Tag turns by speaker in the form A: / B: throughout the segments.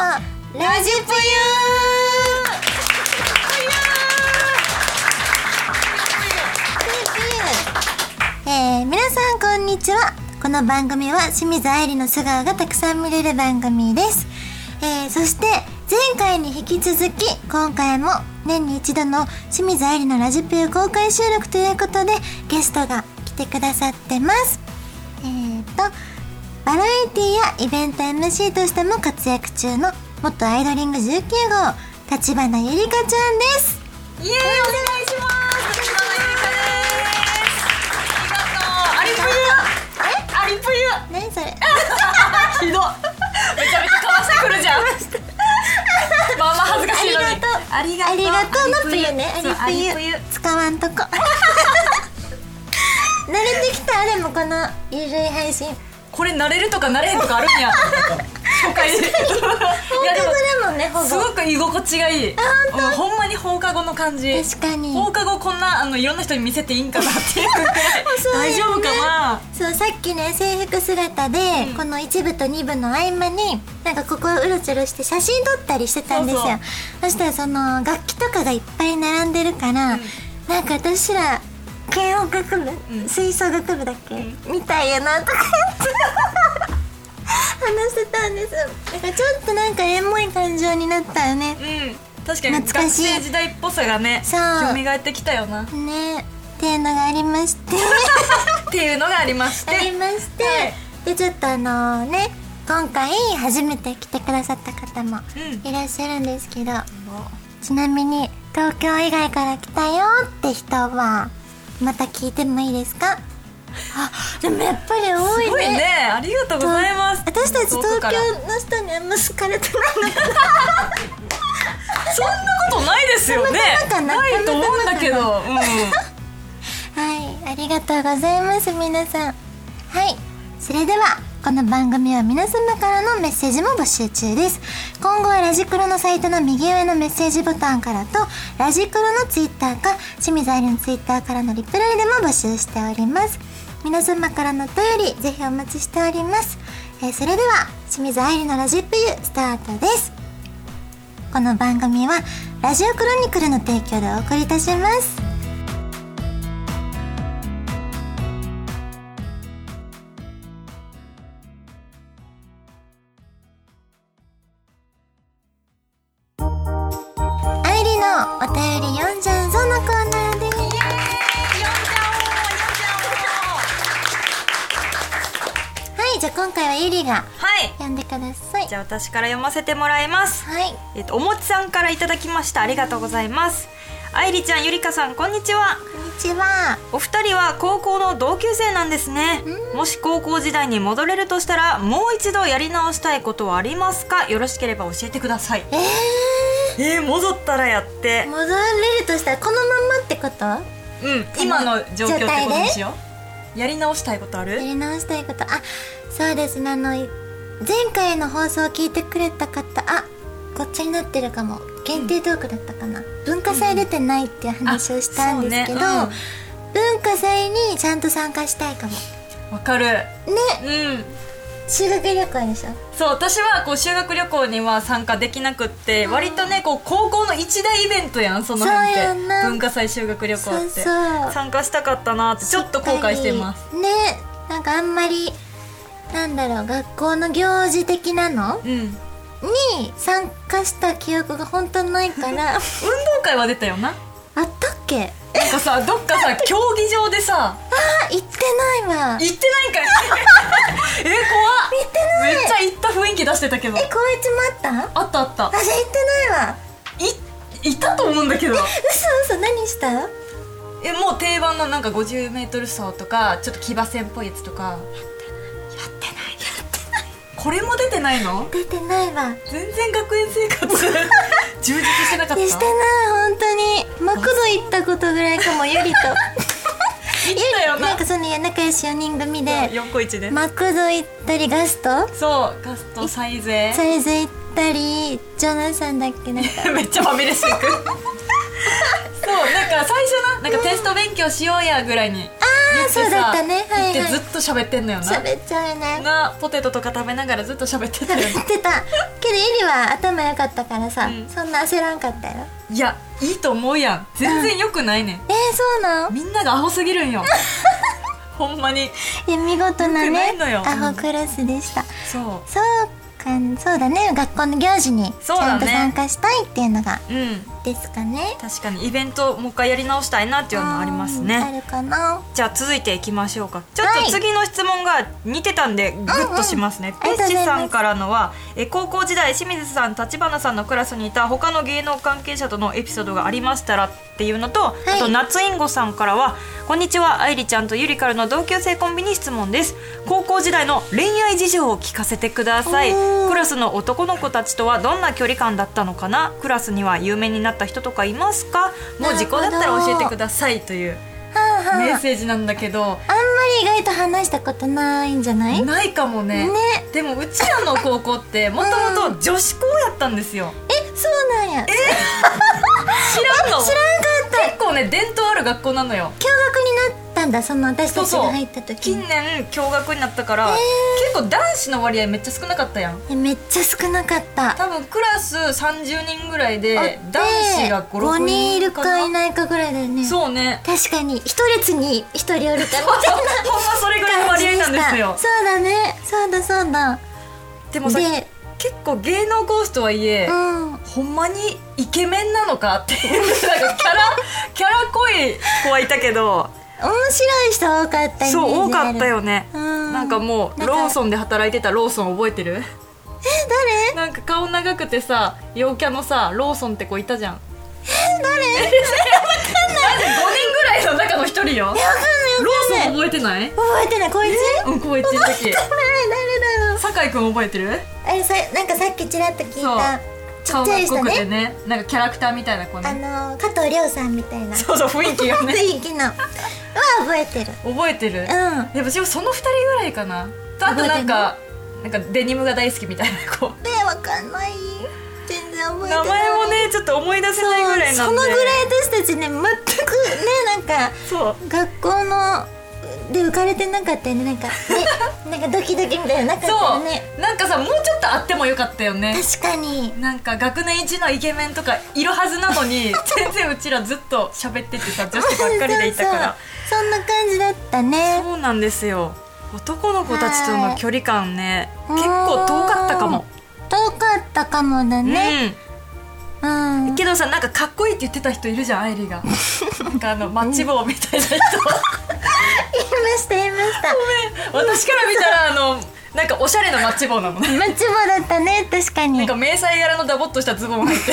A: ラジぷゆーえー、皆さんこんにちはこの番組は清水愛理の素顔がたくさん見れる番組です、えー、そして前回に引き続き今回も年に一度の清水愛理のラジぷゆ公開収録ということでゲストが来てくださってますえー、とバラエティやイベント MC としても活躍中の元アイドリング19号立花ゆりかちゃんです
B: イエーイお願いします立花ゆりかですありがとうアリプユアリプユ
A: 何それ
B: ひどっめちゃめちゃかわしてくるじゃんまあまあ恥ずかしいのに
A: ありがとうありがとうのプユね
B: そう
A: あり
B: ア
A: ぷ
B: リ
A: ゆ
B: プユ
A: 使わんとこ 慣れてきたでもこのゆるい配信
B: これ慣れるとか慣れへんとかあるんや初回でい
A: 放
B: や
A: 課
B: でも
A: 後だもんねほ
B: す
A: ぼ
B: ごく居心地がいい
A: あ本
B: うんほんまに放課後の感じ
A: 確かに
B: 放課後こんなあのいろんな人に見せていいんかなっていうくらい
A: そうや
B: 大
A: ね
B: 丈夫かな
A: そうさっきね制服姿で、この1部と2部の合間になんかここをうろちょろして写真撮ったりしてたんですよ
B: そう
A: そしたらその楽器とかがいっぱい並んでるから、
B: うん
A: なんか私ら軽音楽部、
B: うん
A: 吹奏楽部だっけ、みたいやなとか言って話してたんですだからちょっとなんかエモい感情になったよね
B: うん確かに
A: 懐か
B: 学
A: しい
B: 生時代っぽさがね
A: そう
B: 蘇ってきたよなっ
A: ねっていうのがありまして
B: ていうのがありまして
A: ありまして、
B: はい
A: でちょっとあのね今回初めて来てくださった方も
B: う
A: いらっしゃるんですけど、ちなみに東京以外から来たよって人はまた聞いてもいいです かあでもやっぱり多
B: す
A: い
B: ごい
A: ね
B: ねありがとうございます
A: 私たち
B: 遠
A: 東
B: くから
A: 京の人にあんま好かれてないのか
B: そんなことないですよね
A: たまたまかな
B: ないと思うんだけどうん
A: なはいありがとうございます皆さんはいそれではこの番組は皆様からのメッセージも募集中です今後はラジクロのサイトの右上のメッセージボタンからとラジクロのツイッターか清水愛理のツイッターからのリプライでも募集しております皆様からのお便りぜひお待ちしております、えーそれでは清水愛理のラジプユスタートですこの番組はラジオクロニクルの提供でお送りいたしますアイリのお便り読んじゃうぞのコーナーですはいじゃあ今回はゆりが
B: はい
A: 読んでください
B: じゃあ私から読ませてもらいます
A: はい
B: えっと、おもちさんからいただきましたありがとうございます愛理ちゃんゆりかさんこんにちは
A: こんにちは
B: お二人は高校の同級生なんですねもし高校時代に戻れるとしたらもう一度やり直したいことはありますかよろしければ教えてください
A: え
B: えー、戻ったらやって
A: ー、戻れるとしたらこのままってことや
B: うん今の状況ってことにしようやり直したいことある
A: り直したいことあそうですねあのい前回の放送を聞いてくれた方あこっちになってるかも限定トークだったかな、文化祭出てないっていう話をしたんですけど、
B: あそうね
A: 文化祭にちゃんと参加したいかも
B: わかる
A: ね
B: うん
A: 修学旅行でしょ
B: そう私はこう修学旅行には参加できなくって割とねこう高校の一大イベントやんその辺っ
A: そうや
B: て
A: んな
B: 文化祭修学旅行
A: そう
B: って
A: そう
B: 参加したかったなってちょっと後悔してます
A: ねなんかあんまりなんだろう学校の行事的なの
B: うん運動
A: に参加した記憶が本当ないからあ っ
B: 会は出たよな
A: たっけ
B: なんかさどっか さ競技場でさ
A: あ行ってないわ
B: 行ってないん かいえ怖っ
A: 行ってない
B: めっちゃ行った雰囲気出してたけど
A: え高一もあった
B: あったあった
A: 私行ってないわ
B: いいたと思うんだけど
A: 嘘嘘何したやっ
B: えもう定番のなんか 50m 走とかちょっと騎馬戦っぽいやつとか
A: てないやってない
B: これも出てないの
A: 出てないわ
B: 全然学園生活充実してなかっ
A: で
B: た
A: してない本当にマクド行ったことぐらいかも ゆりとゆ
B: たよな
A: りなんかその仲良し4人組で
B: 4個1で、
A: マクド行ったりガスト
B: そうガストサイゼ
A: サイズ行ったりジョナサンだっけなんか
B: めっちゃファミレス行くそうなんか最初ななんかテスト勉強しようやぐらいに
A: あーそうだったねはいはい
B: 行ってずっと喋ってんのよな
A: 喋っちゃうね
B: なポテトとか食べながらずっと喋 ってたよね
A: 言ってたけどエリは頭良かったからさ、
B: うん
A: そんな焦らんかったよ
B: いやいいと思うやん全然良くないね
A: えー、そうなんの
B: みんながアホすぎるんよ ほんまに
A: いや見事な
B: 良くな
A: ね
B: いのよ
A: アホクラスでした、
B: そ
A: そうかそうだね学校の行事にち
B: そう
A: ゃ
B: だ
A: んと
B: ね
A: 参加したいっていうのが
B: ううん
A: ですかね
B: 確かにイベントをもう一回やり直したいなっていうのはあります
A: うんあ
B: ね
A: るかな
B: じゃあ続いていきましょうかちょっ
A: はい
B: と次の質問が似てたんでグッとしますね、
A: ありがとうござ
B: ペッ
A: い
B: シ
A: ます
B: さんからのはえ高校時代清水さん立花さんのクラスにいた他の芸能関係者とのエピソードがありましたらっていうのと、
A: い
B: あと夏インゴさんからはこんにちは愛理ちゃんとゆりからの同級生コンビに質問です高校時代の恋愛事情を聞かせてください
A: おー
B: クラスの男の子たちとはどんな距離感だったのかなクラスには有名になった人とかいますかもう時効だったら教えてくださいという
A: はあはあ、
B: メッセージなんだけど
A: あんまり意外と話したことないんじゃないね
B: ないかもねでもうちらの高校ってもともと女子校やったんですよ
A: えそうなんやえ
B: 知らんの
A: 知らんかった
B: 結構ね伝統ある学校なのよ
A: 驚愕になったんだその私
B: そ
A: た
B: う
A: ちが
B: そう
A: 入った時
B: 近
A: に
B: 年共学になったから、結構男子の割合めっちゃ少なかったやん
A: えめっちゃ少なかった
B: 多分クラス30人ぐらい
A: あ
B: で
A: で
B: 男子が
A: 五
B: 56
A: 人いる
B: 人
A: かい
B: かな
A: ないかぐらいだよね
B: そうね
A: 確かに一列に一人おるかみ
B: ほん
A: たいな
B: まそれぐらいの割合なんですよ
A: そうだねそうだそうだ
B: でもさ
A: で
B: 結構芸能講師とはいえ、
A: うん
B: ほんまにイケメンなのかってい うなんかキャラキャラ濃い子はいたけど
A: 面白い人多かったイメージ
B: そう多かった
A: あ
B: よね、
A: るうん
B: なんかもう
A: なんか
B: ローソンで働いてたローソン覚えてる
A: る誰
B: なんか顔長くてさ陽キャのさローソンって子いたじゃんえ誰わかんない5人ぐらいの中の一人よロー
A: わかんないわ
B: ソ
A: かんな
B: ン
A: い
B: 覚えてない
A: 覚えてないこいつ
B: うん高一の時
A: わかんない誰だろう
B: 酒井君覚えてる
A: あれさなんかさっきちらっと聞いたちっ
B: 顔
A: ちゃ
B: が
A: い
B: 濃
A: 人
B: く
A: ね
B: てねなんかキャラクターみたいな子
A: あ
B: ね
A: の加藤亮さんみたいな
B: そうそう雰囲気がね
A: 雰囲気のは覚えてる
B: 覚えてる、
A: うん
B: でも私もその2人ぐらいかなとあとなんかなんかデニムが大好きみたいな子
A: でわかんない全然覚えてない
B: 名前もねちょっと思い出せないぐらいなんで
A: そうそのぐらい私たちね全くねなんか
B: そう
A: 学校ので浮かれてなかったよねなん かねなんかドキドキみたいなのなかった
B: そ
A: よ
B: う、
A: ね
B: なんかさもうちょっとあってもよかったよね
A: 確かに
B: なんか学年一のイケメンとかいるはずなの に全然うちらずっと喋っててさ女子ばっかりでいたから
A: そうそうそんな感じだったね
B: そうなんですよ男の子たちとの距離感ね
A: はい
B: 結構遠かったかも
A: 遠かったかもだねうん、
B: うんけどさなんかかっこいいって言ってた人いるじゃん愛 梨がなんかあのマッチ棒みたいな人
A: 言いました言いました
B: 私から見たらあのなんかおしゃれなマッチ棒なのね
A: マッチ棒だったね確か
B: な
A: に
B: んか迷彩柄のダボっとしたズボンを履い て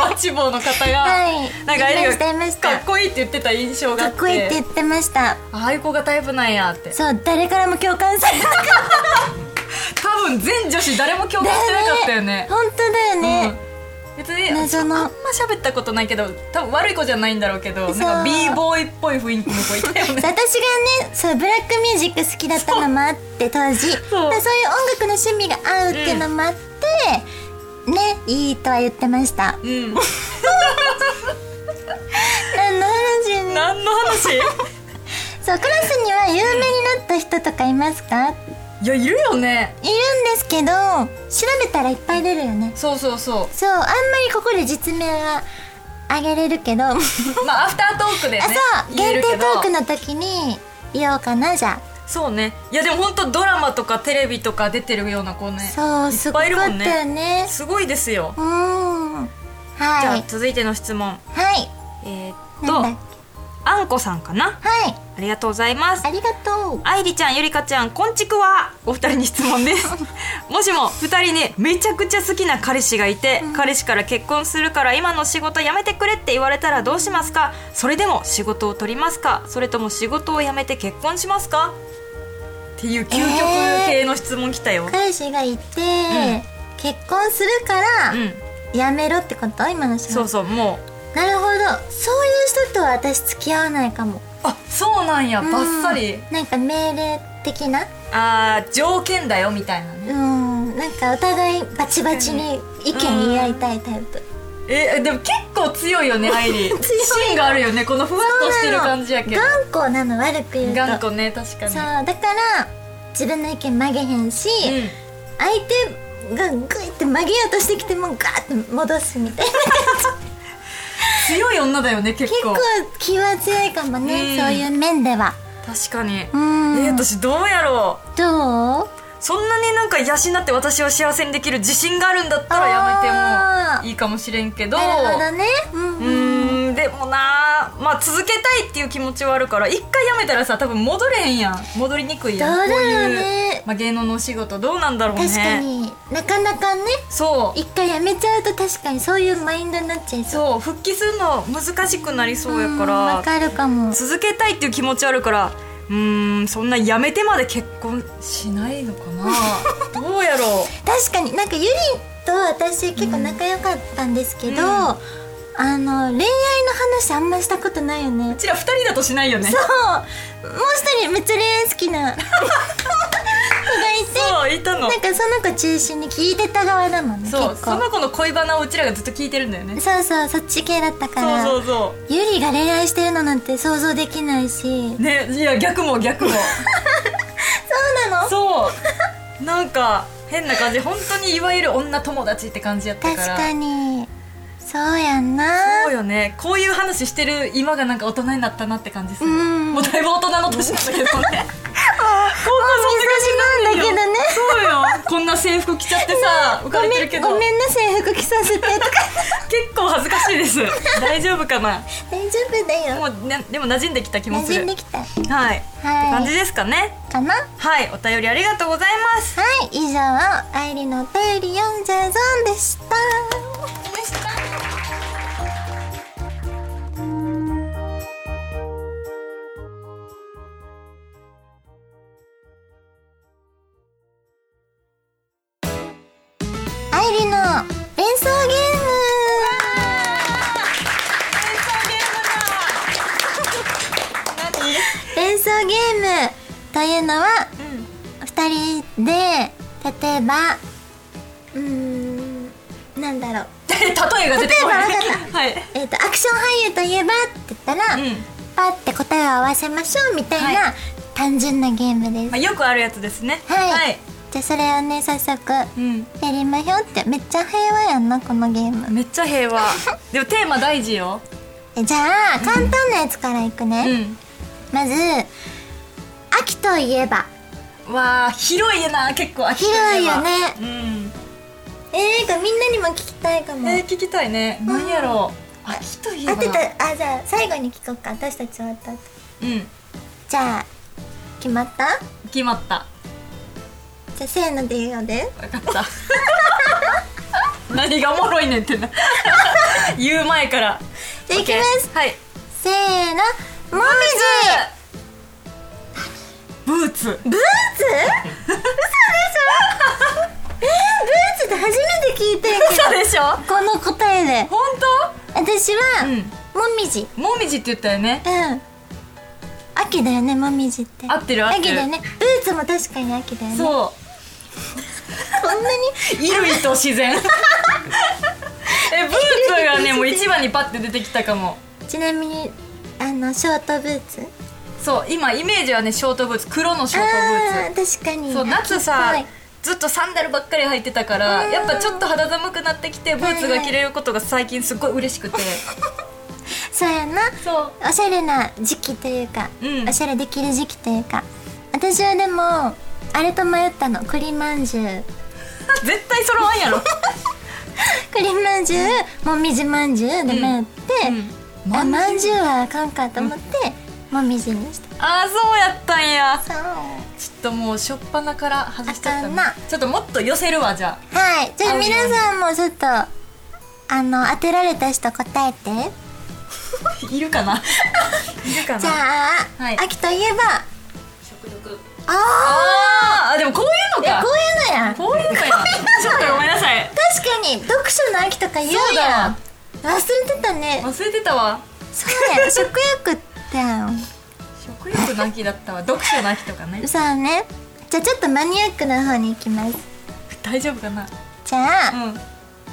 B: マッチ棒の方が、
A: はい
B: なんかあれ
A: いましたいま
B: が
A: した
B: かっこいいって言ってた印象が
A: か
B: あっ
A: ってこいいって言ってました
B: ああいう子がタイプなんやって
A: そう誰からも共感されなかっ
B: 多分全女子誰も共感してなかったよね
A: た本当だよね、
B: うん別に
A: 謎の
B: あんま喋ったことないけど多分悪い子じゃないんだろうけどなん
A: そう
B: か b ボーイっぽい雰囲気の子いたよ
A: 私がね
B: ね
A: そうブラックミュージック好きだったのもあって当時だからそういう音楽の趣味が合うっていうのもあって、ねいいとは言ってました
B: う
A: 何
B: ん
A: の話に
B: 何 の話
A: そうクラスには有名になった人とかいますかいるん
B: いやいるよね
A: ですけど調べたらいっぱい出るよね
B: そうそうそ
A: そうあんまりここで実名はあげれるけどあそう
B: まあアフタートークでね
A: う
B: 言え
A: 限
B: るけ
A: 定
B: ど
A: トークの時に言おうかなじゃあ
B: そうねいやでも本当ドラマとかテレビとか出てるような子ね
A: そう
B: い
A: す
B: っ
A: ご
B: ぱ
A: か
B: い
A: っ
B: いるもんね
A: たよね
B: すごいですよ、
A: うんは
B: じゃあ
A: い
B: 続いての質問
A: はい
B: えー、っ
A: なんだっ
B: とあんこさんかな
A: けはい
B: ありがとうございます
A: ありがとう
B: 愛理ちゃんゆりかちゃんこんちくわお二人に質問です もしも二人にめちゃくちゃ好きな彼氏がいて、彼氏から結婚するから今の仕事辞めてくれって言われたらどうしますかそれでも仕事を取りますかそれとも仕事を辞めて結婚しますかっていう究極系の質問来たよ、
A: 彼氏がいて、結婚するから、
B: うん
A: やめろってこと今の仕
B: そう
A: 事
B: そうもう
A: なるほどそういう人とは私付き合わないかも
B: あそうなんや
A: うん
B: バッサリ
A: なんか命令的な
B: あー条件だよみたいな
A: う
B: ね
A: んなんかお互いバチバチに意見言い合いたいタイプ、
B: えでも結構強いよねアイ
A: 強
B: リー
A: いよ
B: 芯があるよねこのふわっとしてる感じやけど
A: 頑固なの悪く言うと
B: 頑固ね確かに
A: そうだから自分の意見曲げへんし、
B: うん
A: 相手がグイって曲げようとしてきてもガーって戻すみたいな
B: 強い女だよね結
A: 結
B: 構
A: 構気は強いかもね、
B: うん
A: そういう面では
B: 確かに、
A: うん
B: えー私どうやろう
A: どう
B: そんなになんか養って私を幸せにできる自信があるんだったらやめてもいいかもしれんけど
A: なるほどねうん
B: う
A: うん
B: ーんでもなまあ続けたいっていう気持ちはあるから一回やめたらさ多分戻れんやん戻りにくいやん
A: どうだろうね
B: こいうまあ、芸能のお仕事どうなんだろうね
A: 確かになかなかね
B: そう
A: 一回やめちゃうと確かにそういうマインドになっちゃいそう
B: そう復帰するの難しくなりそうやか
A: うんわ
B: ら
A: かるかも
B: 続けたいっていう気持ちはあるからうーんそんなやめてまで結婚しないのか などうやろう
A: 確かになんかゆりと私結構仲良かったんですけど、
B: うん
A: あの恋愛の話あんましたことないよね
B: うちら二人だとしないよね
A: そうもう一人めっちゃ恋愛好きな 子がいて
B: そういたの
A: なんかその子中心に聞いてた側だもんね結
B: そ
A: 構
B: うその子の恋バナをうちらがずっと聞いてるんだよね
A: そうそうそっち系だったか
B: そう
A: ら
B: そうそ
A: ゆりが恋愛してるのなんて想像できないし
B: うねいや逆も逆も
A: そうなの
B: そうなんか変な感じ本当にいわゆる女友達って感じやった
A: 確
B: から
A: かにそうやん
B: そう
A: な
B: よねこういう話してる今がなんか大人になったなって感じす
A: う
B: る、
A: ん
B: もうだいぶ大人の年なんだけどね高校卒
A: だけどね
B: そうよこんな制服着ちゃってさ浮
A: ご
B: かれて
A: め
B: るけ
A: ん
B: ど
A: ご
B: 結
A: めんな制服着させてとか
B: 構恥ずかしいです大丈夫かな
A: 大丈夫だよ
B: もう、ね、でも馴染んできた気も
A: 馴
B: す
A: 染ん
B: る
A: できた
B: はい、って感じですかね
A: かな
B: はいお便りありがとうございます
A: はい以上あいりのお便り読んじゃうぞんでしたでしたあいりの連想ゲーム連想ゲームというのは二人で例えばうーんなんだろう
B: 例えが出てこない
A: 例えばわかっ
B: はい
A: えっ、とアクション俳優といえばって言ったら、
B: うん
A: パッて答えを合わせましょうみたいな、
B: は
A: 単純なゲームです、
B: まあ、よくあるやつですね
A: はいじゃあそれをね早速や
B: うん
A: りましょうってめっちゃ平和やんなこのゲーム
B: めっちゃ 平和でもテーマ大事よ
A: えじゃあ簡単なやつからいく
B: う
A: ね、
B: ん
A: まず秋といえば
B: わあ広いよな結構秋とえば
A: 広いよ
B: うん
A: えー、なんかみんなにも聞きたいかも、
B: えー、聞きたいね何やろう秋といえば
A: 当てたあじゃあ最後に聞こうか私たち終わった後
B: うん
A: じゃあ決まった
B: 決まった
A: じゃあせーので言うよで
B: 分かった 何がおもろいねんってな 言う前から
A: じゃあいきます、
B: OK はい
A: せーのも
B: ブーツ
A: みじブーツ嘘でしょえー、ブーツって初めて聞いてるけど
B: 嘘でしょ
A: この答えで
B: 本
A: 私は、
B: 当うん
A: もみじ
B: もみじって言ったよね
A: うん秋だよねもみじって
B: 合ってる合って
A: 秋
B: る
A: だよねブーツも確かに秋だよねこ
B: そうん
A: なに
B: 衣類と自 然えブーツがねもう一番にパッて出てきたかも
A: ちなみにあのショートブーツ
B: そう今イメージはねショートブーツ黒のショートブー
A: あー確かに
B: ツそう夏さ
A: 秋っぽい
B: ずっとサンダルばっかり履いてたから
A: うん
B: やっぱちょっと肌寒くなってきてブーツが着れることが最近すごい嬉しくて
A: そうやな
B: そう
A: おしゃれな時期というか、
B: うん
A: おしゃれできる時期というか私はでもあれと迷ったの栗まんじゅう
B: 絶対揃わ んやろ
A: 栗まんじゅうもみじまんじゅうで迷って、
B: うん
A: あまんじゅうはあかんかと思って、もみじにした
B: ああそうやったんや
A: そう
B: ちょっともうしょっぱなから外しちゃっ
A: あか
B: たね
A: んな
B: ちょっともっと寄せるわじゃあ
A: はいじゃあ
B: あ
A: 皆さんもちょっとあの当てられた人答えて
B: いる かないるかな
A: じゃあ、
B: はい
A: 秋といえば
B: 食欲
A: あ
B: あーあでもこういうの
A: あ
B: か
A: こういうのや
B: こういうのやちょっとごめんなさい
A: 確かに読書の秋とか言う
B: そうだ
A: やん
B: わ
A: 忘れてたね
B: 忘れてたわ
A: そう だよ食欲って
B: 食欲の秋だったわ読書の秋とかね
A: そうねじゃあちょっとマニアックな方に行きます
B: 大丈夫かな
A: じゃあ、
B: うん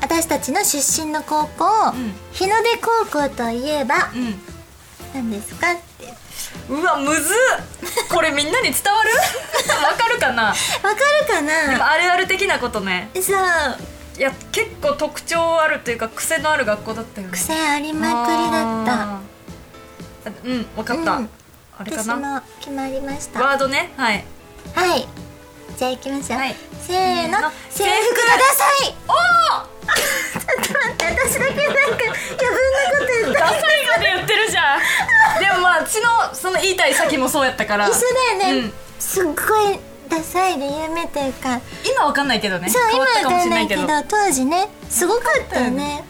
A: 私たちの出身の高校、
B: ん
A: 日の出高校といえば
B: う
A: 何ですかってわ
B: んうわむずっこれみんなに伝 わるわかるかな
A: かるかな
B: あるある的なことね
A: そう
B: いや結構特徴あるというか癖のある学校だったよね
A: 癖ありまくりだった
B: あーうんわかった、
A: うん
B: あれか
A: 私
B: な
A: も決まりました
B: ワ
A: は
B: ードねはい
A: いじゃあ行きますよ、
B: はい
A: せー
B: せー
A: の
B: の
A: 制服くださいおお ちょっと待って私だけなんか余分なこと言った
B: ダサいこと言ってるじゃんでもまあうちのその言いたい先もそうやったから
A: 一緒だよね、
B: うん
A: すっごいダサいで有名というか
B: 今わかんないけどね
A: そう
B: 変
A: 今
B: わったか
A: わ
B: もし
A: かん
B: れな
A: ないい
B: け
A: け
B: ど
A: ど当時ねすごかったよね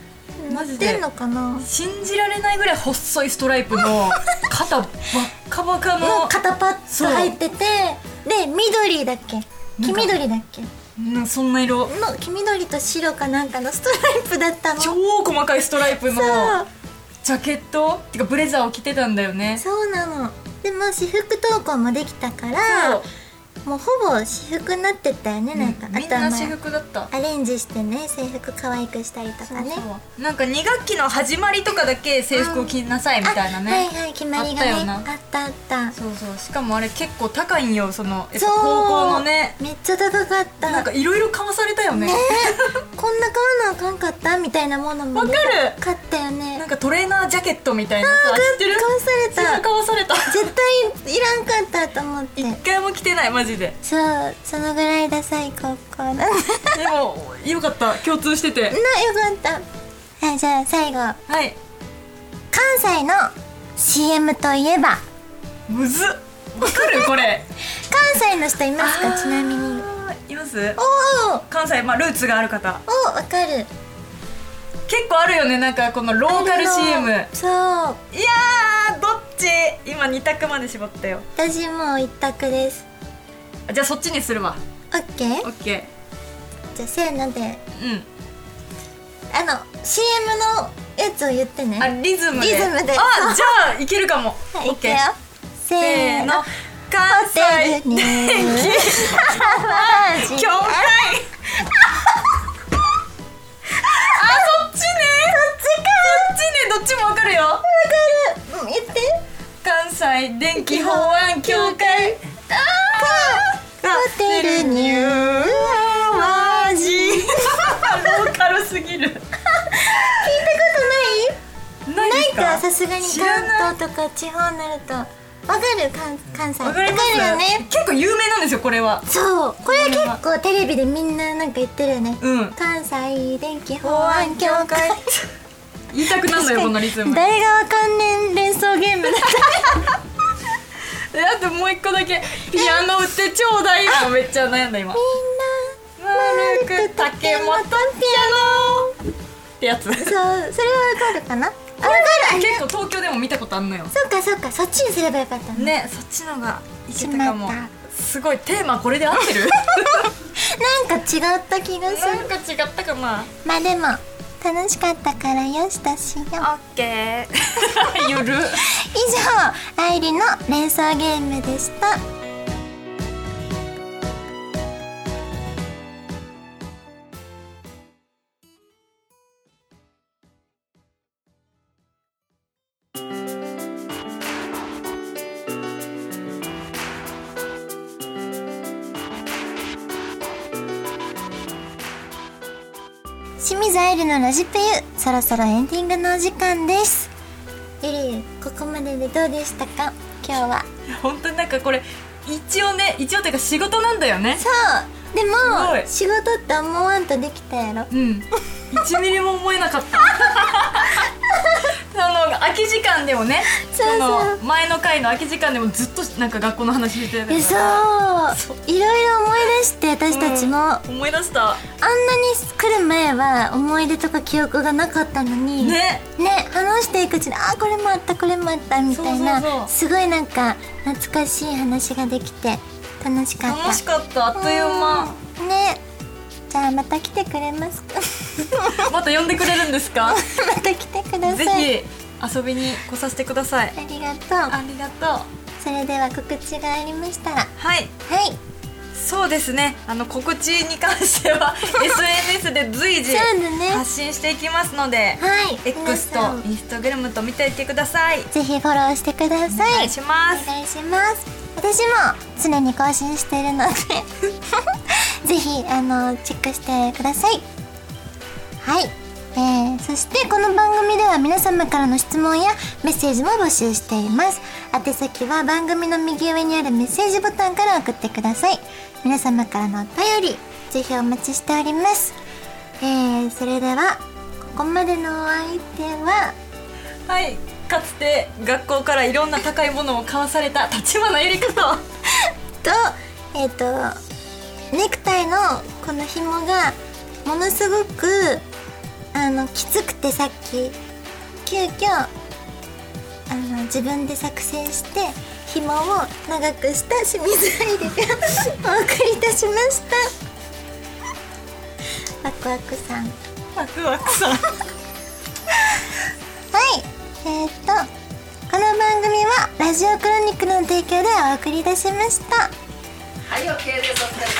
B: マ
A: 乗っ
B: ジで
A: てんのかなもう
B: 信じられないぐらい細いストライプの肩バッカバカの
A: 肩パッと入っててで緑だっけ黄緑だっけ
B: うんそんな色
A: の黄緑と白かなんかのストライプだったの
B: 超
A: そう
B: 細かいストライプのジャケットてかブレザーを着てたんだよね
A: そうなのでも私服登校もできたからもうほぼ私服になってったよねなんか、あ
B: みん
A: とは
B: な
A: ま
B: 私服だった
A: あアレンジしてね制服可愛くしたりとかね
B: そうなんか2学期の始まりとかだけ制服を着なさいみたいなね、
A: あはいはい決まりがね
B: あったよな
A: あったあった
B: そうそうしかもあれ結構高いんよそのやっぱ
A: そう
B: 高校のね
A: めっちゃ高かった
B: なんかいろいろ買わされたよね
A: ねえこんな買わなあかんかったみたいなものもね
B: わかる
A: 買ったよね
B: なん
A: か
B: かトレーナージャケットみたいなさ
A: 買
B: 知ってる
A: わされ
B: それ
A: た
B: も買わさ れた
A: 絶対いらんかったと思って
B: 一回も着てないマジで
A: そうそのぐらいダサい高校 なんでなよ
B: でもよかった共通してて
A: かったはいじゃあ最後
B: はい
A: 関西の CM といえば
B: むずっわかるこれ
A: 関西の人いますかちなみに
B: あーいます
A: おー
B: 関西、まあ、ルーツがある方
A: おーわかる
B: 結構あるよねなんかこのローカル CM いや
A: そう
B: ーどっち今2択まで絞ったよ
A: 私もう一択です
B: あじゃあそっちにするわ
A: オッケー
B: OK
A: じゃあせーので
B: う
A: あの CM のやつを言ってね
B: んあリズムで
A: リズムで
B: あじゃあいけるかも
A: はい、い
B: OK
A: くよせ
B: せー
A: ーの
B: の関西
A: ホテルに
B: 天気
A: マジ
B: 教会あそっちねそっちかそっちねどっちもわかるよ
A: うん言って
B: 関西電気法案協会
A: ホテルにマジ聞い
B: ローカルすぎる
A: た
B: な
A: ことないない
B: です
A: かさすがに
B: 知らない
A: 関東とか地方になるとわかる関関西
B: わかります
A: よね
B: 結構有名なんですよこれは
A: そうこれは結構テレビでみんななんか言ってるよね、
B: うん
A: 関西電気法案協会
B: 言いたくなんだよこのリズムで
A: 誰がわかんねん連想ゲー ムだ
B: あともう一個だけピアノ売ってちょうだい今めっちゃ悩んだ今
A: み
B: 丸く竹本ピアノってやつ
A: んなそう
B: 結
A: それはわかるかなあわかる
B: 構東京でも見たことあんのよ
A: そっかそっかそっちにすればよかったね
B: ねそっちのがいけたかも
A: しまっ
B: すごいテーマこれで合ってる
A: なんか違った気がす
B: な
A: る
B: んか違ったかな
A: まあでも楽しかったからよしだしよう以
B: オ
A: 上
B: ッケ ーゆる
A: 愛理の連想ゲームでした清水愛理のラジペユそろそろエンディングのお時間ですゆりここまででどうでしたか今日は
B: 本当になんかこれ一応ね一応っていうか仕事なんだよね
A: そうで
B: ご
A: も
B: い
A: 仕事って思わんとできたやろ
B: うん1ミリも思えなかったあの空き時間でもね
A: そうそう
B: の前の回の空き時間でもずっとなんか学校の話してたか
A: え
B: ら
A: そういろいろ思い出して私たちも、あんな
B: 思い出した
A: に来る前は思い出とか記憶がなかったのに
B: ね
A: ね話していくうちにあーこれもあったこれもあったみたいな
B: そうそうそう
A: すごいなんか懐かしい話ができて楽しかった
B: 楽しかったあっという間
A: うんねじゃあまた来てくれますか
B: また呼んでくれるんですか
A: また来てくださ
B: ぜ
A: い
B: ひ遊びに来させてください
A: ありがとう
B: ありがとう
A: それでは告知がありましたらは
B: はい
A: い
B: そうですねあの告知に関して は SNS で随時
A: そうだね
B: 発信していきますので、
A: はい
B: X と
A: 皆さん
B: Instagram と見ていてください
A: ぜひフォローしてくだ
B: お
A: さ
B: 願
A: い
B: いします
A: お願いします私も常に更新しているので ぜひあのチェックしてくださいはい、えー、そしてこの番組では皆様からの質問やメッセージも募集しています宛先は番組の右上にあるメッセージボタンから送ってください皆様からのお便りぜひお待ちしておりますえー、それではここまでのお相手は
B: はいかつて学校からいろんな高いものを買わされた立花ゆり子と
A: とえっ、とネクタイのこの紐がものすごくあのきつくてさっき急遽あの自分で作戦して紐を長くした清水愛理が お送りいたしましたワクワクさんは
B: ワクワクさん
A: いえっ、とこの番組は「ラジオクロニクル」の提供でお送りいたしました
C: はい、OK です。お疲れ様です